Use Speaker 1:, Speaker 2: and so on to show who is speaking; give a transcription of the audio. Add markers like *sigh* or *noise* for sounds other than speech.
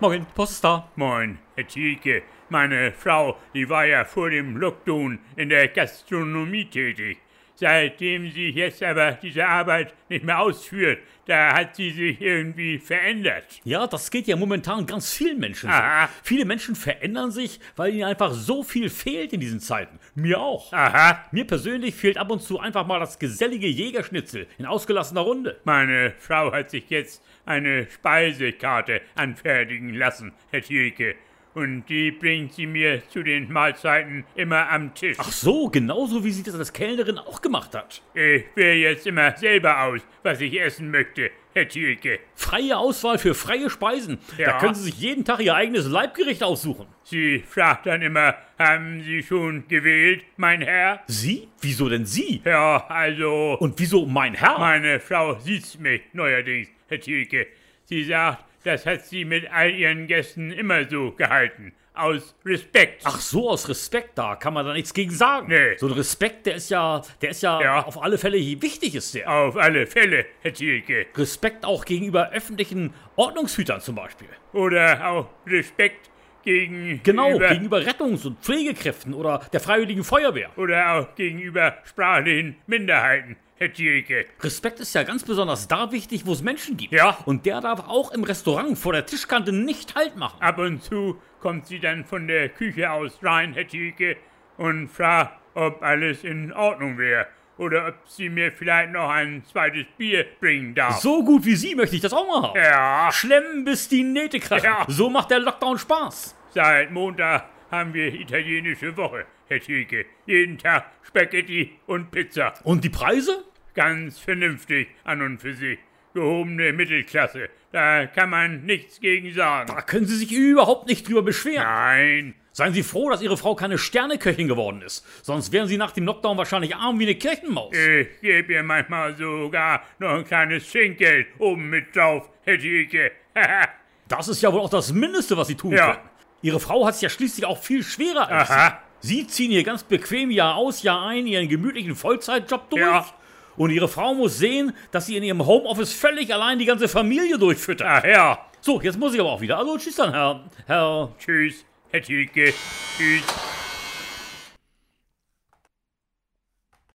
Speaker 1: Moin, Post ist da.
Speaker 2: Moin, Herr Thielke. Meine Frau, die war ja vor dem Lockdown in der Gastronomie tätig. Seitdem sie jetzt aber diese Arbeit nicht mehr ausführt, da hat sie sich irgendwie verändert.
Speaker 1: Ja, das geht ja momentan ganz vielen Menschen so.
Speaker 2: Aha.
Speaker 1: Viele Menschen verändern sich, weil ihnen einfach so viel fehlt in diesen Zeiten. Mir auch.
Speaker 2: Aha,
Speaker 1: Mir persönlich fehlt ab und zu einfach mal das gesellige Jägerschnitzel in ausgelassener Runde.
Speaker 2: meine Frau hat sich jetzt eine Speisekarte anfertigen lassen, Herr Thielke. Und die bringt sie mir zu den Mahlzeiten immer am Tisch.
Speaker 1: Ach so, genauso wie sie das als Kellnerin auch gemacht hat.
Speaker 2: Ich wähle jetzt immer selber aus, was ich essen möchte, Herr Thielke.
Speaker 1: Freie Auswahl für freie Speisen. Da
Speaker 2: Ja.
Speaker 1: können sie sich jeden Tag ihr eigenes Leibgericht aussuchen.
Speaker 2: Sie fragt dann immer, haben Sie schon gewählt, mein Herr?
Speaker 1: Sie? Wieso denn sie?
Speaker 2: Ja, also,
Speaker 1: Und wieso mein Herr?
Speaker 2: meine Frau sieht's mich neuerdings, Herr Thielke. Sie sagt, das hat sie mit all ihren Gästen immer so gehalten. Aus Respekt.
Speaker 1: Ach so, aus Respekt, da kann man da nichts gegen sagen.
Speaker 2: Nee.
Speaker 1: So ein Respekt, der ist ja, der ist ja,
Speaker 2: Ja.
Speaker 1: auf alle Fälle wichtig ist der.
Speaker 2: Auf alle Fälle, Herr Thielke.
Speaker 1: Respekt auch gegenüber öffentlichen Ordnungshütern zum Beispiel.
Speaker 2: Oder auch Respekt gegen.
Speaker 1: Genau,
Speaker 2: über-
Speaker 1: gegenüber Rettungs- und Pflegekräften oder der Freiwilligen Feuerwehr.
Speaker 2: Oder auch gegenüber sprachlichen Minderheiten, Herr Thielke.
Speaker 1: Respekt ist ja ganz besonders da wichtig, wo es Menschen gibt.
Speaker 2: Ja.
Speaker 1: Und der darf auch im Restaurant vor der Tischkante nicht Halt machen.
Speaker 2: Ab und zu kommt sie dann von der Küche aus rein, Herr Thielke, und fragt, ob alles in Ordnung wäre. Oder ob sie mir vielleicht noch ein zweites Bier bringen darf.
Speaker 1: So gut wie Sie möchte ich das auch mal haben.
Speaker 2: Ja,
Speaker 1: Schlemmen bis die Nähte krachen.
Speaker 2: Ja.
Speaker 1: So macht der Lockdown Spaß.
Speaker 2: seit Montag haben wir italienische Woche, Herr Thielke. Jeden Tag Spaghetti und Pizza.
Speaker 1: Und die Preise?
Speaker 2: Ganz vernünftig an und für sich. Gehobene Mittelklasse. Da kann man nichts gegen sagen.
Speaker 1: Da können Sie sich überhaupt nicht drüber beschweren.
Speaker 2: Nein.
Speaker 1: Seien Sie froh, dass Ihre Frau keine Sterneköchin geworden ist. Sonst wären Sie nach dem Lockdown wahrscheinlich arm wie eine Kirchenmaus.
Speaker 2: Ich gebe ihr manchmal sogar noch ein kleines Trinkgeld oben mit drauf, Herr *laughs* Thielke.
Speaker 1: Das ist ja wohl auch das Mindeste, was Sie tun
Speaker 2: Ja.
Speaker 1: können. Ihre Frau hat es ja schließlich auch viel schwerer als
Speaker 2: Aha.
Speaker 1: Sie. Sie ziehen hier ganz bequem Jahr aus, Jahr ein Ihren gemütlichen Vollzeitjob durch.
Speaker 2: Ja.
Speaker 1: Und Ihre Frau muss sehen, dass sie in ihrem Homeoffice völlig allein die ganze Familie durchfüttert.
Speaker 2: Ach ja,
Speaker 1: So, jetzt muss ich aber auch wieder. Also tschüss dann, Herr, Herr
Speaker 2: tschüss, Herr Thielke. Tschüss.